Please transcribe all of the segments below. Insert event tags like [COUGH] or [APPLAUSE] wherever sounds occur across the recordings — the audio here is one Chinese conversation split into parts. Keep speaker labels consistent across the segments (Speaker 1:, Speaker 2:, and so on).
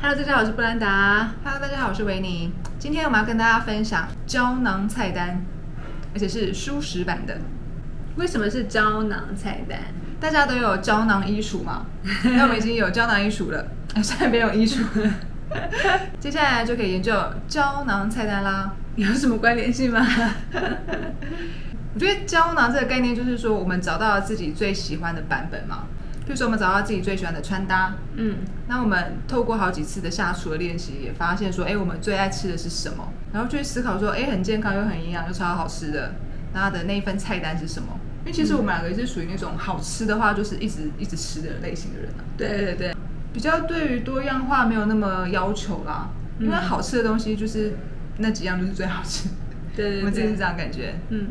Speaker 1: Hello，大家好，我是布兰达。
Speaker 2: Hello，大家好，我是维尼。今天我们要跟大家分享胶囊菜单，而且是舒适版的。
Speaker 1: 为什么是胶囊菜单？ [LAUGHS]
Speaker 2: 大家都有胶囊衣橱 [LAUGHS] 嘛？那我们已经有胶囊衣橱了， [LAUGHS] 哎虽然没有衣 [LAUGHS] 橱。接下来就可以研究胶囊菜单啦。
Speaker 1: 有什么关联性吗？
Speaker 2: [LAUGHS] 我觉得胶囊这个概念就是说，我们找到了自己最喜欢的版本嘛。比如说，我们找到自己最喜欢的穿搭，
Speaker 1: 嗯，
Speaker 2: 那我们透过好几次的下厨的练习，也发现说，哎、我们最爱吃的是什么？然后去思考说，哎、很健康又很营养又超好吃的，那它的那一份菜单是什么？因为其实我们两个也是属于那种好吃的话，就是一直一直吃的类型的人啊，
Speaker 1: 对对对，
Speaker 2: 比较对于多样化没有那么要求啦，
Speaker 1: 嗯
Speaker 2: 因为好吃的东西就是那几样就是最好吃，
Speaker 1: 对 [LAUGHS] 对
Speaker 2: 我们自己
Speaker 1: 对
Speaker 2: 是这样感觉。
Speaker 1: 嗯，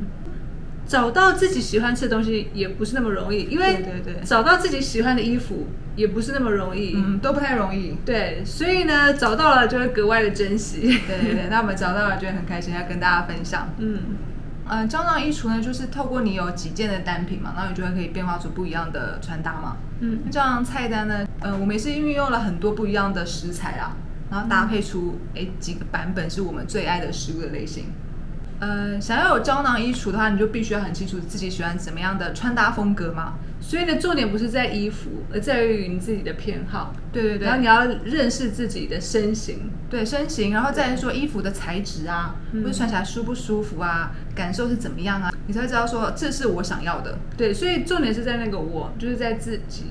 Speaker 1: 找到自己喜欢吃的东西也不是那么容易，因为
Speaker 2: 对对对
Speaker 1: 找到自己喜欢的衣服也不是那么容易。
Speaker 2: 嗯，都不太容易。
Speaker 1: 对，所以呢，找到了就会格外的珍惜。
Speaker 2: 对对对，那我们找到了，觉得很开心，要跟大家分享。
Speaker 1: [LAUGHS] 嗯，
Speaker 2: 嗯、胶囊衣橱呢，就是透过你有几件的单品嘛，然后你就会可以变化出不一样的穿搭嘛。
Speaker 1: 嗯
Speaker 2: 那胶囊菜单呢，呃，我们也是运用了很多不一样的食材啦，然后搭配出诶、几个版本是我们最爱的食物的类型。呃，想要有胶囊衣橱的话，你就必须要很清楚自己喜欢怎么样的穿搭风格嘛。
Speaker 1: 所以呢，重点不是在衣服，而在于你自己的偏好。
Speaker 2: 对对对，
Speaker 1: 然后你要认识自己的身形。
Speaker 2: 对身形，然后再来说衣服的材质啊，
Speaker 1: 嗯
Speaker 2: 或者穿起来舒不舒服啊，感受是怎么样啊，你才会知道说这是我想要的。
Speaker 1: 对，所以重点是在那个我，就是在自己。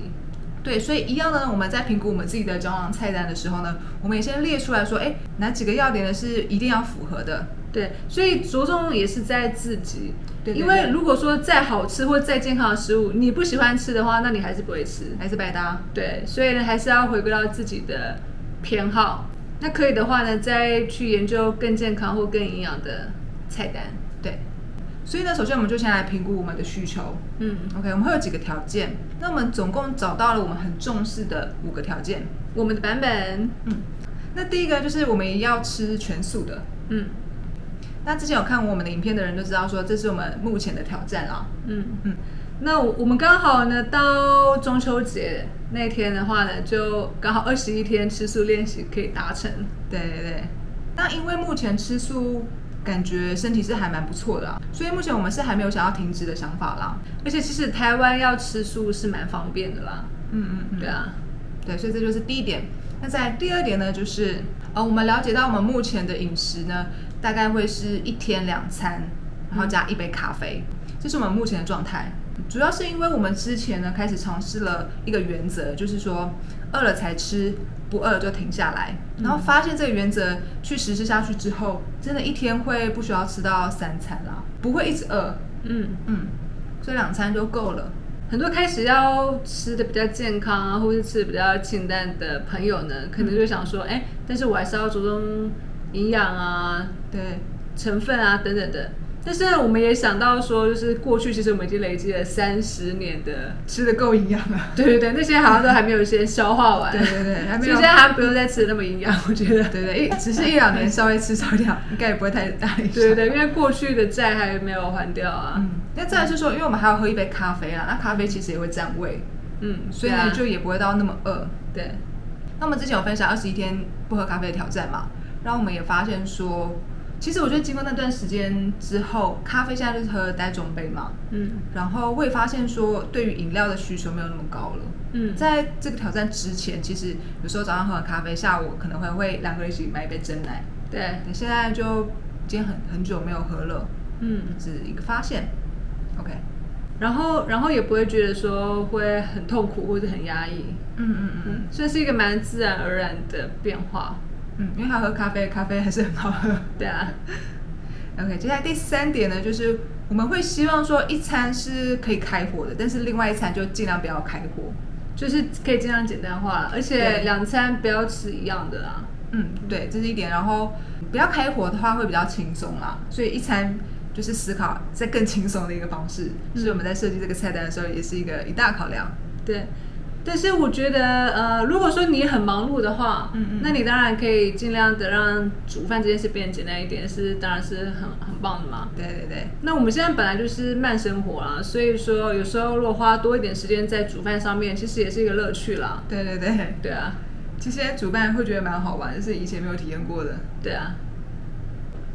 Speaker 2: 对，所以一样的呢，我们在评估我们自己的胶囊菜单的时候呢，我们也先列出来说，哎，哪几个要点呢是一定要符合的。
Speaker 1: 对，所以着重也是在自己。
Speaker 2: 对对
Speaker 1: 因为
Speaker 2: 对
Speaker 1: 如果说再好吃或再健康的食物，你不喜欢吃的话，那你还是不会吃。
Speaker 2: 还是百搭，
Speaker 1: 对，所以呢，还是要回归到自己的偏好。那可以的话呢，再去研究更健康或更营养的菜单。
Speaker 2: 对。所以呢，首先我们就先来评估我们的需求。
Speaker 1: 嗯，
Speaker 2: OK，我们会有几个条件，那我们总共找到了我们很重视的五个条件。
Speaker 1: 我们的版本，
Speaker 2: 那第一个就是我们要吃全素的。
Speaker 1: 嗯
Speaker 2: 那之前有看过我们的影片的人就知道说，这是我们目前的挑战啦。
Speaker 1: 嗯
Speaker 2: 嗯
Speaker 1: 嗯。那我我们刚好呢，到中秋节那天的话呢，就刚好二十一天吃素练习可以达成。
Speaker 2: 对对对。那因为目前吃素，感觉身体是还蛮不错的、啊，所以目前我们是还没有想要停止的想法啦。
Speaker 1: 而且其实台湾要吃素是蛮方便的啦。
Speaker 2: 嗯嗯嗯，
Speaker 1: 对啊，
Speaker 2: 对，所以这就是第一点。那在第二点呢，就是呃，我们了解到我们目前的饮食呢，大概会是一天两餐，然后加一杯咖啡，这是我们目前的状态。主要是因为我们之前呢开始尝试了一个原则，就是说饿了才吃，不饿了就停下来。然后发现这个原则去实施下去之后，真的一天会不需要吃到三餐啦，不会一直饿，
Speaker 1: 嗯，
Speaker 2: 嗯，所以两餐就够了。
Speaker 1: 很多开始要吃的比较健康啊，或是吃的比较清淡的朋友呢，可能就想说，哎、但是我还是要着重营养啊、
Speaker 2: 对，
Speaker 1: 成分啊等等的。但是呢，我们也想到说，就是过去其实我们已经累积了三十年
Speaker 2: [LAUGHS]
Speaker 1: 的，
Speaker 2: 吃的够营养了。 [LAUGHS]
Speaker 1: 对对对，那些好像都还没有先消化完，
Speaker 2: 对对对还没有
Speaker 1: 所以现在还不用再吃得那么营养，我觉得。
Speaker 2: 对对，一只是一两年稍微吃少一点，应该也不会太大影响。
Speaker 1: 对对对，因为过去的债还没有还掉啊，
Speaker 2: 嗯，那再来是说，因为我们还要喝一杯咖啡啦，那咖啡其实也会占胃，
Speaker 1: 嗯，
Speaker 2: 所以
Speaker 1: 对
Speaker 2: 呢
Speaker 1: 啊
Speaker 2: 就也不会到那么饿。
Speaker 1: 对，
Speaker 2: 那我们之前有分享二十一天不喝咖啡的挑战嘛，然后我们也发现说，其实我觉得经过那段时间之后，咖啡现在就是喝单中杯嘛，
Speaker 1: 嗯
Speaker 2: 然后我也发现说，对于饮料的需求没有那么高了。
Speaker 1: 嗯，
Speaker 2: 在这个挑战之前，其实有时候早上喝完咖啡，下午可能会会两个人一起买一杯真奶。
Speaker 1: 对，
Speaker 2: 对，现在就已经很很久没有喝了，
Speaker 1: 嗯。
Speaker 2: 是一个发现。OK，
Speaker 1: 然后，然后也不会觉得说会很痛苦或者很压抑，
Speaker 2: 嗯嗯嗯
Speaker 1: 嗯，所以是一个蛮自然而然的变化，
Speaker 2: 嗯，因为他喝咖啡，咖啡还是很好喝。 [LAUGHS]
Speaker 1: 对啊，
Speaker 2: OK，接下来第三点呢，就是我们会希望说一餐是可以开火的，但是另外一餐就尽量不要开火。
Speaker 1: 就是可以尽量简单化，而且
Speaker 2: 对
Speaker 1: 两餐不要吃一样的啊啦，
Speaker 2: 嗯，对，这是一点。然后不要开火的话会比较轻松啦，所以一餐就是思考在更轻松的一个方式，
Speaker 1: 嗯
Speaker 2: 是我们在设计这个菜单的时候也是一个一大考量。
Speaker 1: 对。但是我觉得，呃，如果说你很忙碌的话，
Speaker 2: 嗯嗯
Speaker 1: 那你当然可以尽量的让煮饭这件事变得简单一点，是当然是很很棒的嘛。
Speaker 2: 对对对，
Speaker 1: 那我们现在本来就是慢生活啦，所以说有时候如果花多一点时间在煮饭上面，其实也是一个乐趣啦，
Speaker 2: 对对对。
Speaker 1: 对啊，
Speaker 2: 这些主办会觉得蛮好玩，就是以前没有体验过的。
Speaker 1: 对啊，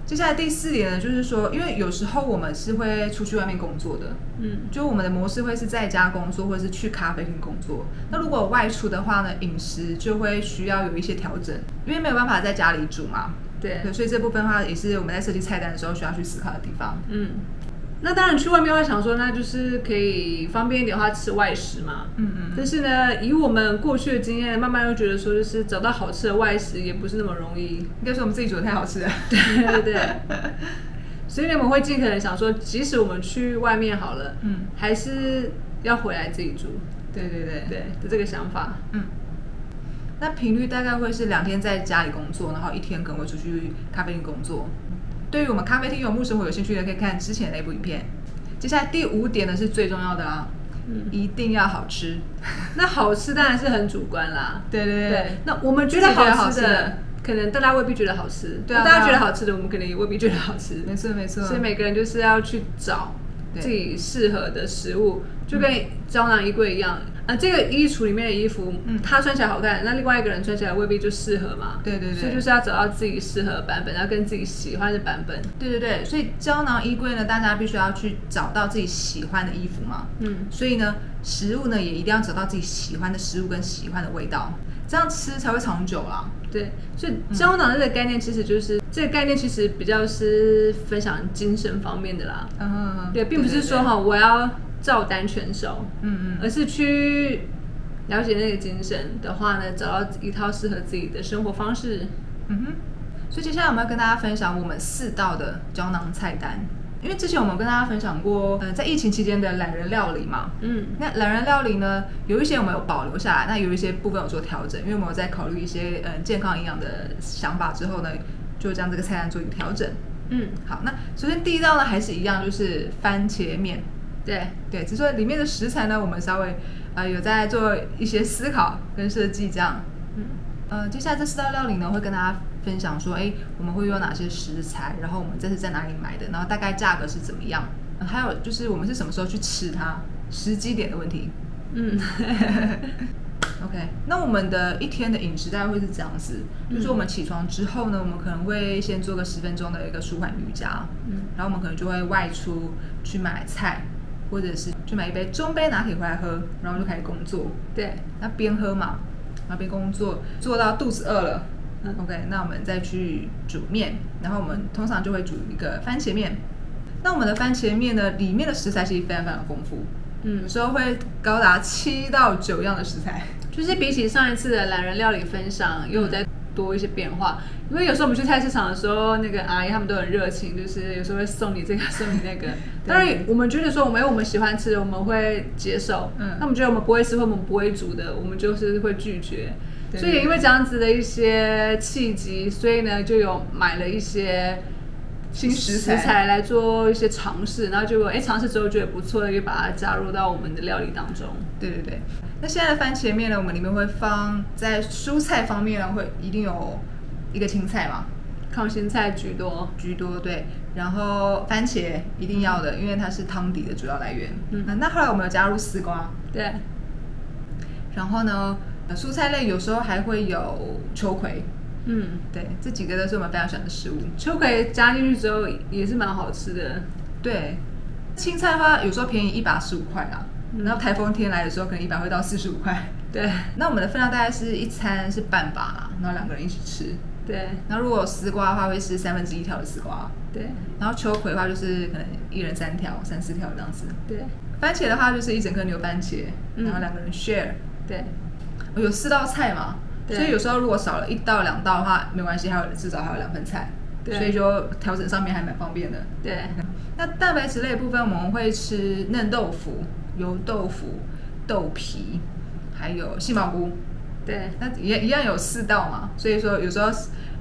Speaker 2: 接下来第四点呢，就是说，因为有时候我们是会出去外面工作的，
Speaker 1: 嗯，
Speaker 2: 就我们的模式会是在家工作，或者是去咖啡厅工作。那如果外出的话呢，饮食就会需要有一些调整，因为没有办法在家里煮嘛。
Speaker 1: 对，
Speaker 2: 对，所以这部分的话也是我们在设计菜单的时候需要去思考的地方。
Speaker 1: 嗯。那当然，去外面会想说，那就是可以方便一点的话吃外食嘛。
Speaker 2: 嗯嗯，
Speaker 1: 但是呢，以我们过去的经验，慢慢又觉得说，就是找到好吃的外食也不是那么容
Speaker 2: [LAUGHS]
Speaker 1: 易。
Speaker 2: 应该是我们自己煮的太好吃了。
Speaker 1: 对对对。所以我们会尽可能想说，即使我们去外面好了，
Speaker 2: 嗯，
Speaker 1: 还是要回来自己煮。
Speaker 2: 对对对
Speaker 1: 对的这个想法。
Speaker 2: 嗯。那频率大概会是两天在家里工作，然后一天可能会出去咖啡厅工作。对于我们咖啡厅游牧生活有兴趣的，可以看之前的那部影片。接下来第五点呢是最重要的啊，
Speaker 1: 嗯，
Speaker 2: 一定要好吃。
Speaker 1: 那好吃当然是很主观啦。
Speaker 2: 对对
Speaker 1: 对，
Speaker 2: 那
Speaker 1: 那我们觉得
Speaker 2: 自己觉得
Speaker 1: 好
Speaker 2: 好
Speaker 1: 吃
Speaker 2: 吃
Speaker 1: 的
Speaker 2: 的，可能
Speaker 1: 大家未必觉得好吃。
Speaker 2: 对啊
Speaker 1: 那大家觉
Speaker 2: 对
Speaker 1: 得
Speaker 2: 啊
Speaker 1: 好吃的，我们可能也未必觉得好吃。
Speaker 2: 没错没错，
Speaker 1: 所以每个人就是要去找
Speaker 2: 对
Speaker 1: 自己适合的食物，就跟胶囊衣柜一样。啊，这个衣橱里面的衣服，
Speaker 2: 嗯
Speaker 1: 他穿起来好看，那另外一个人穿起来未必就适合嘛。
Speaker 2: 对对对
Speaker 1: 所以就是要找到自己适合的版本，要跟自己喜欢的版本。
Speaker 2: 对对对，所以胶囊衣柜呢，大家必须要去找到自己喜欢的衣服嘛。
Speaker 1: 嗯，
Speaker 2: 所以呢，食物呢也一定要找到自己喜欢的食物跟喜欢的味道，这样吃才会长久啦。
Speaker 1: 对。所以胶囊这个概念其实就是、这个概念，其实比较是分享精神方面的啦。
Speaker 2: 嗯，
Speaker 1: 对，并不是说哈，我要照单全收，
Speaker 2: 嗯嗯，
Speaker 1: 而是去了解那个精神的话呢，找到一套适合自己的生活方式。
Speaker 2: 嗯哼。所以接下来我们要跟大家分享我们四道的胶囊菜单，因为之前我们跟大家分享过，呃，在疫情期间的懒人料理嘛。
Speaker 1: 嗯
Speaker 2: 那懒人料理呢，有一些我们有保留下来，那有一些部分有做调整，因为我们有在考虑一些嗯、呃健康营养的想法之后呢，就将这个菜单做一个调整。
Speaker 1: 嗯，
Speaker 2: 好，那首先第一道呢还是一样，就是番茄面。
Speaker 1: 对，
Speaker 2: 对，只是说里面的食材呢，我们稍微呃有在做一些思考跟设计这样。
Speaker 1: 嗯
Speaker 2: 呃，接下来这四道料理呢，会跟大家分享说，哎，我们会用哪些食材，然后我们这是在哪里买的，然后大概价格是怎么样，呃还有就是我们是什么时候去吃它，时机点的问题。 [LAUGHS]
Speaker 1: 嗯
Speaker 2: OK，那我们的一天的饮食大概会是这样子，就是我们起床之后呢，我们可能会先做个十分钟的一个舒缓瑜伽，
Speaker 1: 嗯
Speaker 2: 然后我们可能就会外出去买菜，或者是去买一杯中杯拿铁回来喝，然后就开始工作。
Speaker 1: 对，
Speaker 2: 那边喝嘛，然后边工作，做到肚子饿了。
Speaker 1: 嗯
Speaker 2: OK，那我们再去煮面，然后我们通常就会煮一个番茄面。那我们的番茄面呢，里面的食材其实非常非常丰富，有
Speaker 1: 嗯，
Speaker 2: 时候会高达七到九样的食材。
Speaker 1: 就是比起上一次的懒人料理分享，又有在多一些变化。因为有时候我们去菜市场的时候，那个阿姨他们都很热情，就是有时候会送你这个送你那个。当然，我们觉得说我们有我们喜欢吃的，我们会接受。
Speaker 2: 嗯
Speaker 1: 那我们觉得我们不会吃或我们不会煮的，我们就是会拒绝。
Speaker 2: 对
Speaker 1: 所以也因为这样子的一些契机，所以呢就有买了一些新
Speaker 2: 食
Speaker 1: 材
Speaker 2: 材
Speaker 1: 来做一些尝试，然后结果哎尝试之后觉得不错，就把它加入到我们的料理当中。
Speaker 2: 对对对。那现在的番茄面呢，我们里面会放在蔬菜方面呢，会一定有一个青菜嘛，
Speaker 1: 抗心菜居多。
Speaker 2: 居多对，然后番茄一定要的，因为它是汤底的主要来源。
Speaker 1: 嗯
Speaker 2: 那那后来我们有加入丝瓜，
Speaker 1: 对，
Speaker 2: 然后呢，呃蔬菜类有时候还会有秋葵，
Speaker 1: 嗯，
Speaker 2: 对，这几个都是我们非常喜欢的食物。
Speaker 1: 秋葵加进去之后也是蛮好吃的。
Speaker 2: 对，青菜的话有时候便宜一把十五块啦，
Speaker 1: 嗯
Speaker 2: 然后台风天来的时候可能一把会到四十五块。 [LAUGHS]
Speaker 1: 对
Speaker 2: 那我们的分量大概是一餐是半把啦，然后两个人一起吃。
Speaker 1: 对
Speaker 2: 那如果有丝瓜的话，会是三分之一条的丝瓜，
Speaker 1: 对
Speaker 2: 然后秋葵的话就是可能一人三条、三四条这样子。
Speaker 1: 对
Speaker 2: 番茄的话就是一整颗牛番茄，
Speaker 1: 嗯
Speaker 2: 然后两个人 share，、
Speaker 1: 对，
Speaker 2: 有四道菜嘛，
Speaker 1: 对
Speaker 2: 所以有时候如果少了一道两道的话没关系，还有至少还有两份菜，
Speaker 1: 对
Speaker 2: 所以就调整上面还蛮方便的。
Speaker 1: 对，
Speaker 2: 那蛋白质类的部分，我们会吃嫩豆腐、油豆腐、豆皮，还有杏鲍菇。
Speaker 1: 对，
Speaker 2: 那也一样有四道嘛，所以说有时候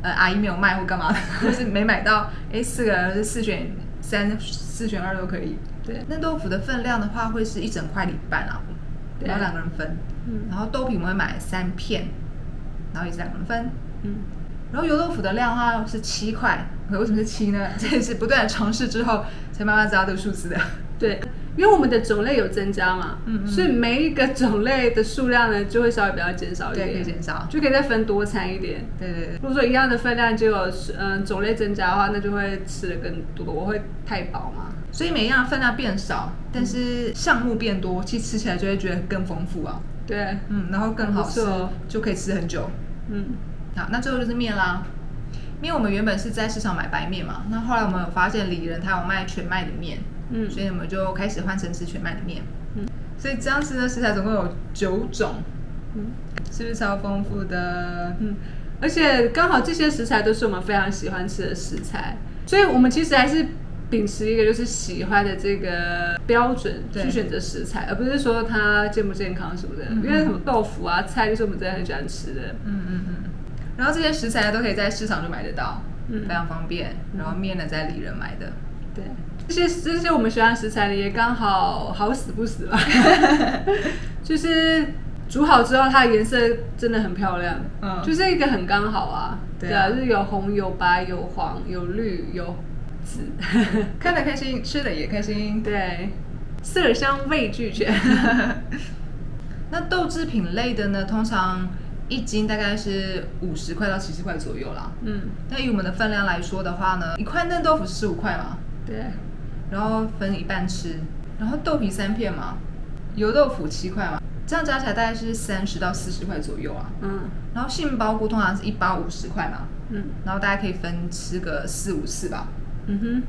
Speaker 2: 呃阿姨没有卖或干嘛的， [LAUGHS] 或是没买到，哎四个人是四选三、四选二都可以。
Speaker 1: 对，
Speaker 2: 嫩豆腐的分量的话，会是一整块里半啊，
Speaker 1: 对
Speaker 2: 然后两个人分。
Speaker 1: 嗯
Speaker 2: 然后豆皮我们会买三片，然后也是两个人分。
Speaker 1: 嗯，
Speaker 2: 然后油豆腐的量的话是七 [LAUGHS] 块，为什么是七呢？这也是不断的尝试之后才慢慢知道这个数字的。
Speaker 1: 对。因为我们的种类有增加嘛，
Speaker 2: 嗯嗯
Speaker 1: 所以每一个种类的数量呢就会稍微比较减少一
Speaker 2: 对，可以
Speaker 1: 点，
Speaker 2: 减少。
Speaker 1: 就可以再分多餐一点。
Speaker 2: 对对对，
Speaker 1: 如果说一样的分量，结果是嗯种类增加的话，那就会吃的更多，我会太饱嘛。
Speaker 2: 所以每一样分量变少，但是项目变多，其实吃起来就会觉得更丰富啊。
Speaker 1: 对，
Speaker 2: 嗯，然后更好吃
Speaker 1: 很不错哦，
Speaker 2: 就可以吃很久。
Speaker 1: 嗯，
Speaker 2: 好，那最后就是面啦。面我们原本是在市场买白面嘛，那后来我们有发现里仁他有卖全麦的面，
Speaker 1: 嗯
Speaker 2: 所以我们就开始换成吃全麦的面。
Speaker 1: 嗯
Speaker 2: 所以这样吃的食材总共有九种，
Speaker 1: 嗯
Speaker 2: 是不是超丰富的？
Speaker 1: 嗯，而且刚好这些食材都是我们非常喜欢吃的食材，所以我们其实还是秉持一个就是喜欢的这个标准
Speaker 2: 对
Speaker 1: 去选择食材，而不是说它健不健康什么的。
Speaker 2: 嗯嗯
Speaker 1: 因为什么豆腐啊菜就是我们真的很喜欢吃的。
Speaker 2: 嗯嗯嗯。然后这些食材都可以在市场就买得到，
Speaker 1: 嗯
Speaker 2: 非常方便。
Speaker 1: 嗯
Speaker 2: 然后面呢，在里仁买的。
Speaker 1: 对，
Speaker 2: 嗯
Speaker 1: 这些这些我们喜欢的食材呢，也刚好好死不死吧， [LAUGHS] 就是煮好之后，它的颜色真的很漂亮，
Speaker 2: 嗯
Speaker 1: 就是一个很刚好啊，
Speaker 2: 对啊
Speaker 1: 就是有红有白有黄有绿有紫，
Speaker 2: 看得开心，吃的也开心。
Speaker 1: 对，色香味俱
Speaker 2: [LAUGHS]
Speaker 1: 全，
Speaker 2: 那豆制品类的呢，通常一斤大概是五十块到七十块左右啦。
Speaker 1: 嗯，
Speaker 2: 那以我们的分量来说的话呢，一块嫩豆腐十五块嘛，
Speaker 1: 对，
Speaker 2: 然后分一半吃，然后豆皮三片嘛，油豆腐七块嘛，这样加起来大概是三十到四十块左右啊。
Speaker 1: 嗯
Speaker 2: 然后杏鲍菇通常是一包五十块嘛，
Speaker 1: 嗯
Speaker 2: 然后大家可以分吃个四五次吧。
Speaker 1: 嗯哼，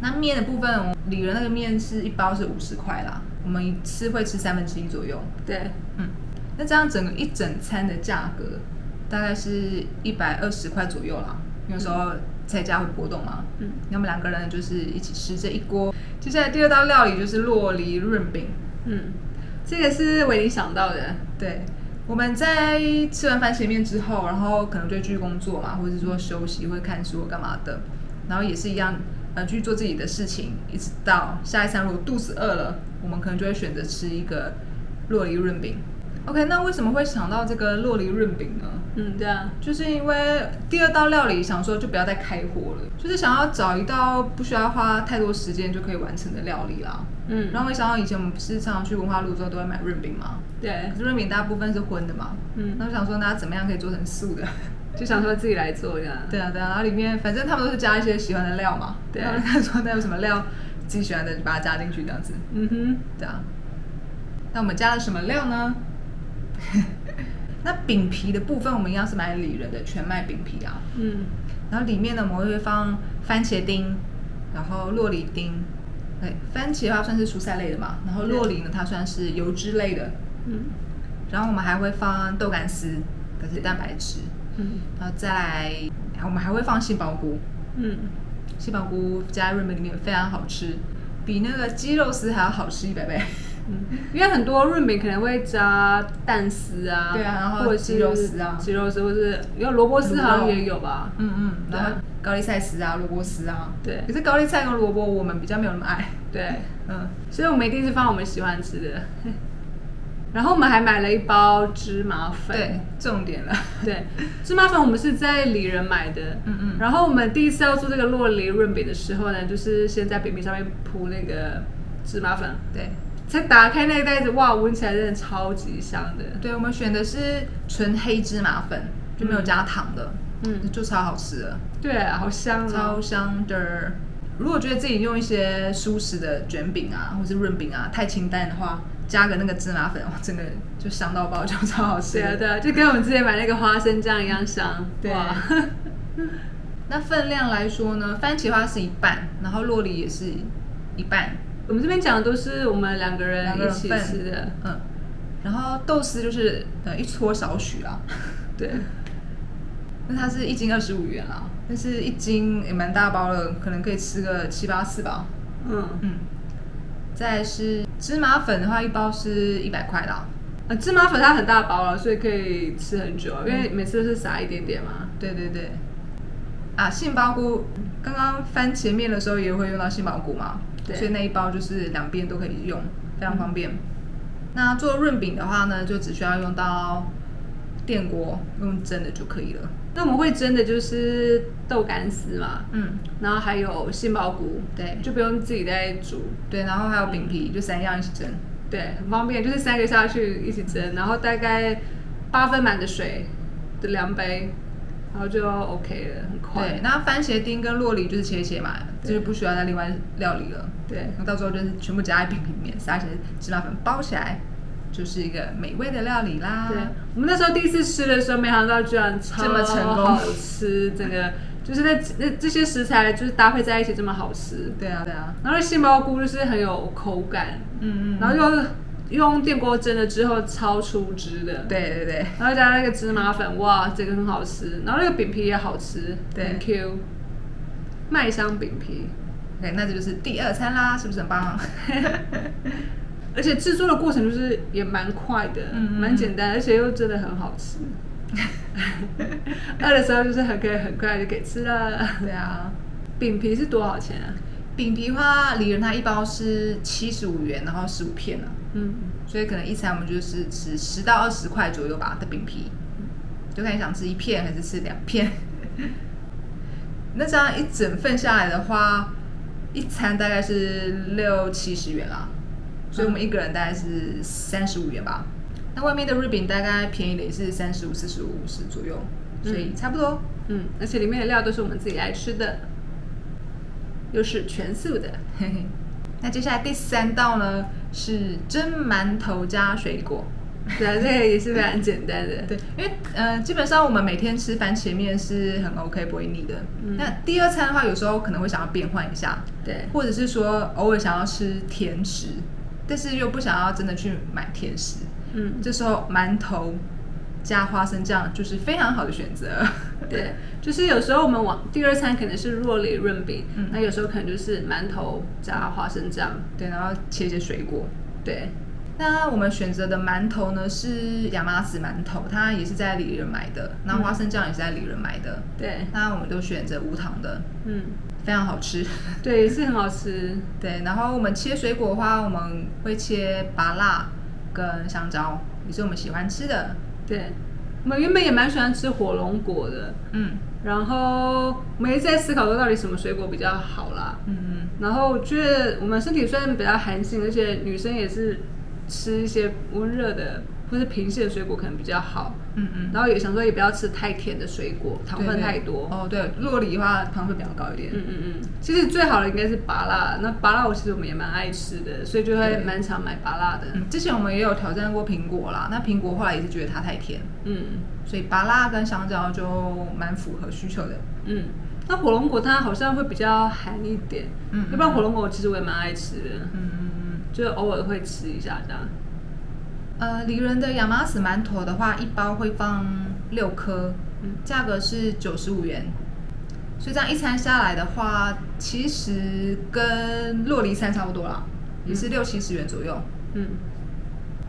Speaker 2: 那面的部分，我理了那个面是一包是五十块啦，我们一次会吃三分之一左右。
Speaker 1: 对，
Speaker 2: 嗯，那这样整个一整餐的价格大概是一百二十块左右啦，有时候菜价会波动嘛。
Speaker 1: 嗯
Speaker 2: 那么两个人就是一起吃这一锅。接下来第二道料理就是洛梨润饼。
Speaker 1: 嗯，这个是维尼想到的，
Speaker 2: 对，我们在吃完番茄面之后，然后可能就会去工作嘛，或者是说休息，会看书干嘛的，然后也是一样，呃，去做自己的事情，一直到下一餐如果肚子饿了，我们可能就会选择吃一个洛梨润饼。OK，那为什么会想到这个洛梨润饼呢？
Speaker 1: 嗯，对啊，
Speaker 2: 就是因为第二道料理想说就不要再开火了，就是想要找一道不需要花太多时间就可以完成的料理啦。
Speaker 1: 嗯，
Speaker 2: 然后我想到以前我们不是常常去文化路之后都会买润饼吗？
Speaker 1: 对，
Speaker 2: 润饼大部分是荤的嘛，
Speaker 1: 嗯
Speaker 2: 那，我想说，那怎么样可以做成素的？ [LAUGHS]
Speaker 1: 就想说自己来做这样，
Speaker 2: 对啊，对啊，然后里面反正他们都是加一些喜欢的料嘛，
Speaker 1: 对
Speaker 2: 然后他说那有什么料自己喜欢的就把它加进去这样子，
Speaker 1: 嗯哼。
Speaker 2: 对啊。那我们加了什么料呢？ [LAUGHS] 那饼皮的部分，我们一样是买里仁的全麦饼皮啊，
Speaker 1: 嗯
Speaker 2: 然后里面呢我们会放番茄丁，然后洛梨丁。对，番茄的话算是蔬菜类的嘛，然后洛梨呢它算是油脂类的，
Speaker 1: 嗯
Speaker 2: 然后我们还会放豆干丝，可是蛋白质。
Speaker 1: 嗯
Speaker 2: 然后再来，我们还会放杏鲍菇，
Speaker 1: 嗯，
Speaker 2: 杏鲍菇加在润饼里面非常好吃，比那个鸡肉丝还要好吃一百倍。
Speaker 1: 嗯，因为很多润饼可能会加蛋丝啊，
Speaker 2: 对啊然后
Speaker 1: 或者
Speaker 2: 鸡肉丝啊
Speaker 1: 是鸡肉丝，或是有萝卜丝好像也有吧，
Speaker 2: [LAUGHS] 嗯 [LAUGHS] 嗯，
Speaker 1: 对
Speaker 2: 然后高丽菜丝啊，萝卜丝啊，
Speaker 1: 对
Speaker 2: 可是高丽菜跟萝卜我们比较没有那么爱。
Speaker 1: 对，
Speaker 2: 嗯，
Speaker 1: 所以我们一定是放我们喜欢吃的。 [LAUGHS] 然后我们还买了一包芝麻
Speaker 2: 对
Speaker 1: 粉，，
Speaker 2: 重点了。
Speaker 1: 对，芝麻粉我们是在里仁买的，
Speaker 2: 嗯嗯，
Speaker 1: 然后我们第一次要做这个洛梨润饼的时候呢，就是先在饼皮上面铺那个芝麻粉，
Speaker 2: 对
Speaker 1: 才打开那个袋子，哇，闻起来真的超级香的，
Speaker 2: 对，我们选的是纯黑芝麻粉，就没有加糖的，
Speaker 1: 嗯，
Speaker 2: 就超好吃的，
Speaker 1: 对啊，好香
Speaker 2: 超
Speaker 1: 哦！
Speaker 2: 香的。如果觉得自己用一些舒适的卷饼啊，或是润饼啊太清淡的话，加个那个芝麻粉，哇，真的就香到爆，就超好吃
Speaker 1: 对啊，啊
Speaker 2: 的。
Speaker 1: 对啊，就跟我们之前买那个花生酱一样香。
Speaker 2: 对
Speaker 1: 哇， [LAUGHS]
Speaker 2: [LAUGHS] 那分量来说呢，番茄花是一半，然后洛梨也是一半，
Speaker 1: 我们这边讲的都是我们两个人
Speaker 2: 两个
Speaker 1: 一
Speaker 2: 人
Speaker 1: 起
Speaker 2: 份
Speaker 1: 吃的，
Speaker 2: 嗯，然后豆丝就是呃一撮少许啦， [LAUGHS]
Speaker 1: 对，
Speaker 2: 那它是一斤二十五元啦，但是一斤也蛮大包了，可能可以吃个七八次吧。
Speaker 1: 嗯，
Speaker 2: 嗯，再来是芝麻粉的话，一包是一百块啦。
Speaker 1: 呃，芝麻粉它很大包了，所以可以吃很久，啊因为每次都是撒一点点嘛。
Speaker 2: 对对对，啊，杏鲍菇，刚刚番茄面的时候也会用到杏鲍菇嘛，
Speaker 1: 对嗯
Speaker 2: 所以那一包就是两边都可以用，非常方便。那做润饼的话呢，就只需要用到电锅，用蒸的就可以了。
Speaker 1: 那我们会蒸的就是豆干丝嘛，
Speaker 2: 嗯，
Speaker 1: 然后还有杏鲍菇，
Speaker 2: 对
Speaker 1: 就不用自己再煮，
Speaker 2: 对，然后还有饼
Speaker 1: 嗯
Speaker 2: 皮，就三样一起蒸。
Speaker 1: 对，很方便，就是三个下去一起蒸，然后大概八分满的水的量杯，然后就 OK 了，很
Speaker 2: 对
Speaker 1: 快，。
Speaker 2: 那番茄丁跟洛梨就是切一切嘛，
Speaker 1: 对
Speaker 2: 就是不需要再另外料理了。
Speaker 1: 对
Speaker 2: 那到时候就是全部加在饼皮里面，撒一些芝麻粉包起来，就是一个美味的料理啦。
Speaker 1: 对，我们那时候第一次吃的时候，没想到居然超
Speaker 2: 啊这么成功
Speaker 1: 好吃，整个就是那那这些食材就是搭配在一起这么好吃。
Speaker 2: 对啊，对啊，
Speaker 1: 然后那杏鲍菇就是很有口感，
Speaker 2: 嗯嗯，
Speaker 1: 然后又用电锅蒸了之后超出汁的，
Speaker 2: 对对对，
Speaker 1: 然后加那个芝麻粉，哇，这个很好吃。然后那个饼皮也好吃，
Speaker 2: 对
Speaker 1: 很 Q，麦香饼皮，
Speaker 2: 对，那这就是第二餐啦，是不是很棒？
Speaker 1: 而且制作的过程就是也蛮快的，
Speaker 2: 嗯嗯
Speaker 1: 蛮简单，而且又真的很好
Speaker 2: [LAUGHS]
Speaker 1: 吃。饿的时候就是很可以很快就可以吃了。
Speaker 2: 对啊，
Speaker 1: 饼皮是多少钱啊？
Speaker 2: 饼皮的话，里仁它一包是七十五元，然后十五片啊呢、
Speaker 1: 嗯，
Speaker 2: 所以可能一餐我们就是吃十到二十块左右吧的饼皮，就看你想吃一片还是吃两片。 [LAUGHS] 那这样一整份下来的话，一餐大概是六七十元啦，所以我们一个人大概是三十五元吧。那外面的日饼大概便宜的也是三十五、四十五、五十左右，所以差不多。
Speaker 1: 嗯，而且里面的料都是我们自己爱吃的，又是全素的。
Speaker 2: 嘿嘿，那接下来第三道呢是蒸馒头加水果。
Speaker 1: 对啊，这个也是非常简单的。
Speaker 2: 对，因为呃，基本上我们每天吃番茄面是很 OK 不会腻的。
Speaker 1: 嗯
Speaker 2: 那第二餐的话，有时候可能会想要变换一下，
Speaker 1: 对
Speaker 2: 或者是说偶尔想要吃甜食，但是又不想要真的去买甜食，
Speaker 1: 嗯，
Speaker 2: 这时候馒头加花生酱就是非常好的选择。 [LAUGHS]
Speaker 1: 对，就是有时候我们往第二餐可能是若里润饼，
Speaker 2: 嗯
Speaker 1: 那有时候可能就是馒头加花生酱。
Speaker 2: 对，然后切一些水果。
Speaker 1: 对，
Speaker 2: 那我们选择的馒头呢是亚麻籽馒头，它也是在里仁买的，那花生酱也是在里仁买的。
Speaker 1: 对，
Speaker 2: 那我们都选择无糖的，
Speaker 1: 嗯，
Speaker 2: 非常好吃。
Speaker 1: 对，也是很好吃。
Speaker 2: 对，然后我们切水果的话，我们会切芭辣跟香蕉，也是我们喜欢吃的。
Speaker 1: 对，我们原本也蛮喜欢吃火龙果的，
Speaker 2: 嗯
Speaker 1: 然后我们一直在思考说到底什么水果比较好啦。
Speaker 2: 嗯
Speaker 1: 然后我觉得我们身体虽然比较寒性，而且女生也是吃一些温热的或是平性的水果可能比较好。
Speaker 2: 嗯嗯
Speaker 1: 然后也想说也不要吃太甜的水果，糖分太多。
Speaker 2: 哦，对，洛梨的话糖分比较高一点。
Speaker 1: 嗯嗯嗯，其实最好的应该是芭辣，那芭辣我其实我们也蛮爱吃的，所以就会
Speaker 2: 对
Speaker 1: 蛮常买芭辣的。
Speaker 2: 嗯，之前我们也有挑战过苹果啦，那苹果后来也是觉得它太甜，
Speaker 1: 嗯
Speaker 2: 所以芭辣跟香蕉就蛮符合需求的。
Speaker 1: 嗯，那火龙果它好像会比较寒一点，
Speaker 2: 嗯
Speaker 1: 要不然火龙果我其实我也蛮爱吃的，
Speaker 2: 嗯嗯嗯。
Speaker 1: 就偶尔会吃一下这样。
Speaker 2: 呃，梨仁的亚麻籽馒头的话，一包会放六颗
Speaker 1: 嗯，
Speaker 2: 价格是九十五元。所以这样一餐下来的话，其实跟洛梨餐差不多啦，也是六七十元左右。
Speaker 1: 嗯，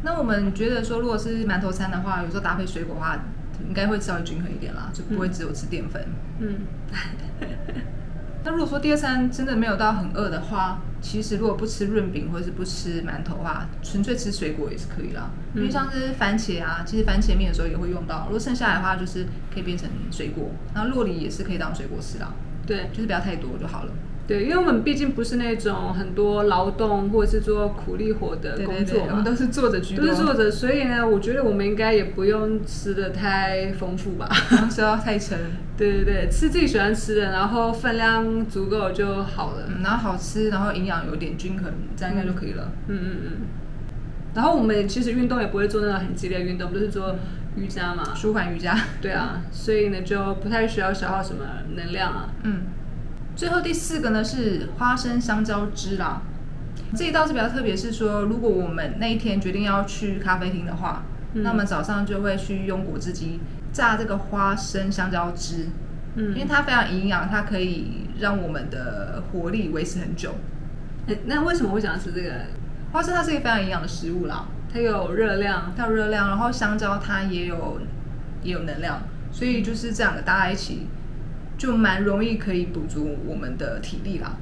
Speaker 2: 那我们觉得说，如果是馒头餐的话，有时候搭配水果的话，应该会稍微均衡一点啦，就不会只有吃淀粉。
Speaker 1: 嗯，
Speaker 2: [LAUGHS] 那如果说第二餐真的没有到很饿的话，其实如果不吃润饼或者是不吃馒头的话，纯粹吃水果也是可以啦。因
Speaker 1: 嗯
Speaker 2: 为像是番茄啊，其实番茄面有时候也会用到，如果剩下来的话，就是可以变成水果。然后洛梨也是可以当水果吃啦，
Speaker 1: 对
Speaker 2: 就是不要太多就好了。
Speaker 1: 对，因为我们毕竟不是那种很多劳动或者是做苦力活的
Speaker 2: 对对
Speaker 1: 工
Speaker 2: 对，
Speaker 1: 作
Speaker 2: 我
Speaker 1: 嘛
Speaker 2: 们，都是坐着居
Speaker 1: 都
Speaker 2: 多，
Speaker 1: 是作者，所以呢，我觉得我们应该也不用吃的太丰富吧。
Speaker 2: 不用吃到太 [LAUGHS] 撑。
Speaker 1: 对对对，吃自己喜欢吃的，然后分量足够就好了。
Speaker 2: 嗯，然后好吃，然后营养有点均衡，这样应该就可以了。
Speaker 1: 嗯嗯嗯。然后我们其实运动也不会做那种很激烈的运动，就是做瑜伽嘛。
Speaker 2: 舒缓瑜伽，
Speaker 1: 对啊，所以呢就不太需要消耗什么能量啊。
Speaker 2: 嗯。最后第四个呢是花生香蕉汁啦，这一道是比较特别，是说如果我们那一天决定要去咖啡厅的话，
Speaker 1: 嗯
Speaker 2: 那我们早上就会去用果汁机榨这个花生香蕉汁，
Speaker 1: 嗯，
Speaker 2: 因为它非常营养，它可以让我们的活力维持很久。
Speaker 1: 诶那为什么会想吃这个？
Speaker 2: 花生它是一个非常营养的食物啦，
Speaker 1: 它有热量，
Speaker 2: 它有热量，然后香蕉它也有也有能量，所以就是这两个搭在一起，就蛮容易可以补足我们的体力啦。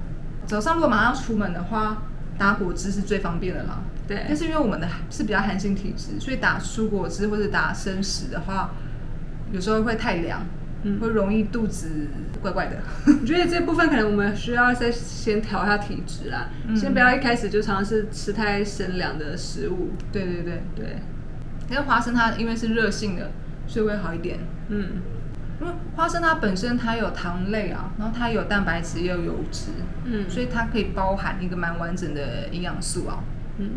Speaker 2: 早上如果马上出门的话，打果汁是最方便的啦。
Speaker 1: 对
Speaker 2: 但，是因为我们的是比较寒性体质，所以打蔬果汁或者打生食的话，有时候会太凉，
Speaker 1: 嗯
Speaker 2: 会容易肚子怪怪的。
Speaker 1: 我觉得这部分可能我们需要再先调一下体质啦，
Speaker 2: 嗯
Speaker 1: 先不要一开始就尝试吃太生凉的食物。
Speaker 2: 对对对，
Speaker 1: 对，
Speaker 2: 但是花生它因为是热性的，所以会好一点。
Speaker 1: 嗯，
Speaker 2: 因为花生它本身它有糖类啊，然后它有蛋白质也有油脂，
Speaker 1: 嗯
Speaker 2: 所以它可以包含一个蛮完整的营养素啊。
Speaker 1: 嗯，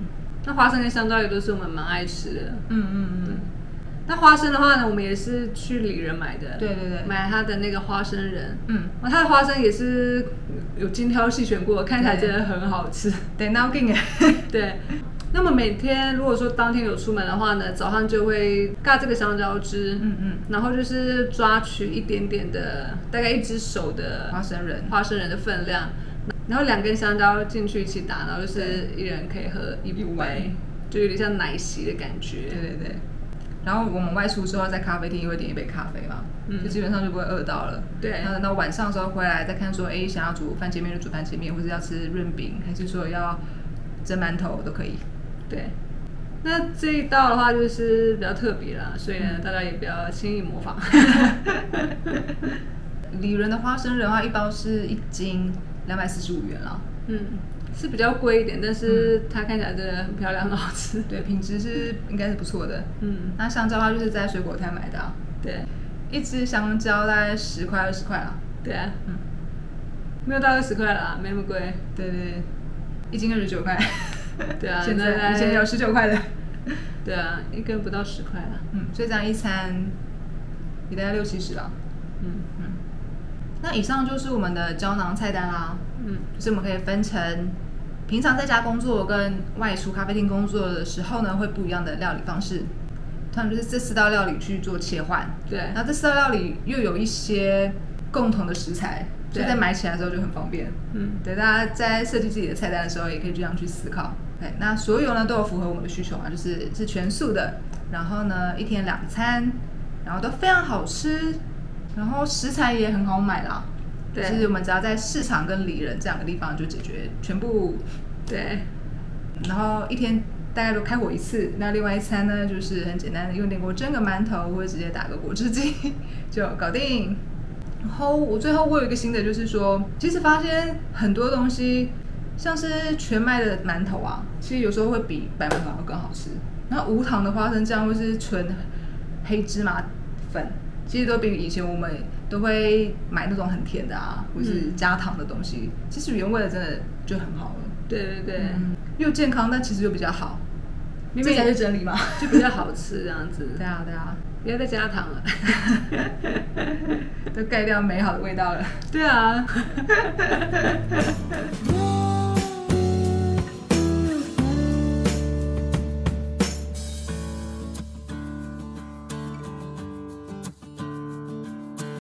Speaker 1: 那花生跟香蕉也都是我们蛮爱吃的。
Speaker 2: 嗯嗯嗯，
Speaker 1: 那花生的话呢，我们也是去里仁买的，
Speaker 2: 对对对
Speaker 1: 买它的那个花生仁，
Speaker 2: 嗯，
Speaker 1: 哇，它的花生也是有精挑细选过，看起来真的很好吃。 [LAUGHS]
Speaker 2: 对，那我给你。
Speaker 1: 对，那么每天如果说当天有出门的话呢，早上就会尬这个香蕉汁，
Speaker 2: 嗯嗯，
Speaker 1: 然后就是抓取一点点的，大概一只手的
Speaker 2: 花生仁。
Speaker 1: 花生仁的分量，然后两根香蕉进去一起打，然后就是一人可以喝一
Speaker 2: 一
Speaker 1: 杯
Speaker 2: 杯，
Speaker 1: 就有点像奶昔的感觉。
Speaker 2: 对对对。然后我们外出之后在咖啡厅也会点一杯咖啡嘛，
Speaker 1: 嗯
Speaker 2: 就基本上就不会饿到了。
Speaker 1: 对
Speaker 2: 然后等到晚上的时候回来再看说，哎，想要煮番茄面就煮番茄面，或者要吃润饼，还是说要蒸馒头都可以。
Speaker 1: 对，那这一道的话就是比较特别啦，所以
Speaker 2: 嗯
Speaker 1: 呢，大家也不要轻易
Speaker 2: [LAUGHS]
Speaker 1: 模仿。
Speaker 2: 里仁的花生仁的话，一包是一斤两百四十五元啊了。
Speaker 1: 嗯，是比较贵一点，但是它看起来真的很漂亮，很好吃。
Speaker 2: 嗯对，品质是应该是不错的。
Speaker 1: 嗯，
Speaker 2: 那香蕉的话就是在水果摊买的、啊，
Speaker 1: 对，
Speaker 2: 一只香蕉大概十块二十块啦。
Speaker 1: 对啊，
Speaker 2: 嗯
Speaker 1: 没有到二十块啦，没那么贵。
Speaker 2: 对对对，一斤二十九块。
Speaker 1: 对
Speaker 2: [LAUGHS]
Speaker 1: 啊
Speaker 2: 现
Speaker 1: 那大
Speaker 2: 呃在
Speaker 1: 概
Speaker 2: 以前有十九块的。
Speaker 1: 对啊，一根不到十块啦。
Speaker 2: 嗯，所以这样一餐也大概六七十吧。
Speaker 1: 嗯
Speaker 2: 嗯，那以上就是我们的胶囊菜单啦，
Speaker 1: 嗯
Speaker 2: 就是我们可以分成平常在家工作跟外出咖啡厅工作的时候呢，会不一样的料理方式。通常就是这四道料理去做切换，
Speaker 1: 对
Speaker 2: 然后这四道料理又有一些共同的食材，所以
Speaker 1: 对
Speaker 2: 在买起来的时候就很方便。
Speaker 1: 嗯
Speaker 2: 对，大家在设计自己的菜单的时候，也可以这样去思考。对，那所有呢都有符合我们的需求嘛，就是是全素的，然后呢一天两餐，然后都非常好吃，然后食材也很好买啦。
Speaker 1: 对
Speaker 2: 就是我们只要在市场跟里仁这两个地方就解决全部，
Speaker 1: 对
Speaker 2: 然后一天大概就开火一次，那另外一餐呢就是很简单的用电锅蒸个馒头，或者直接打个果汁机就搞定。然后我最后我有一个新的，就是说，其实发现很多东西，像是全麦的馒头啊，其实有时候会比白馒头要更好吃。然后无糖的花生酱或是纯黑芝麻粉，其实都比以前我们都会买那种很甜的啊，或是
Speaker 1: 嗯
Speaker 2: 加糖的东西，其实原味的真的就很好了。
Speaker 1: 对对对，
Speaker 2: 嗯，又健康，但其实又比较好，
Speaker 1: 明
Speaker 2: 这
Speaker 1: 明
Speaker 2: 才是真理嘛。
Speaker 1: 就比较好吃这样子，
Speaker 2: [LAUGHS] 对啊，对啊，
Speaker 1: 不要再加糖了。 [LAUGHS]
Speaker 2: 都盖掉美好的味道了。
Speaker 1: 对啊。
Speaker 3: 我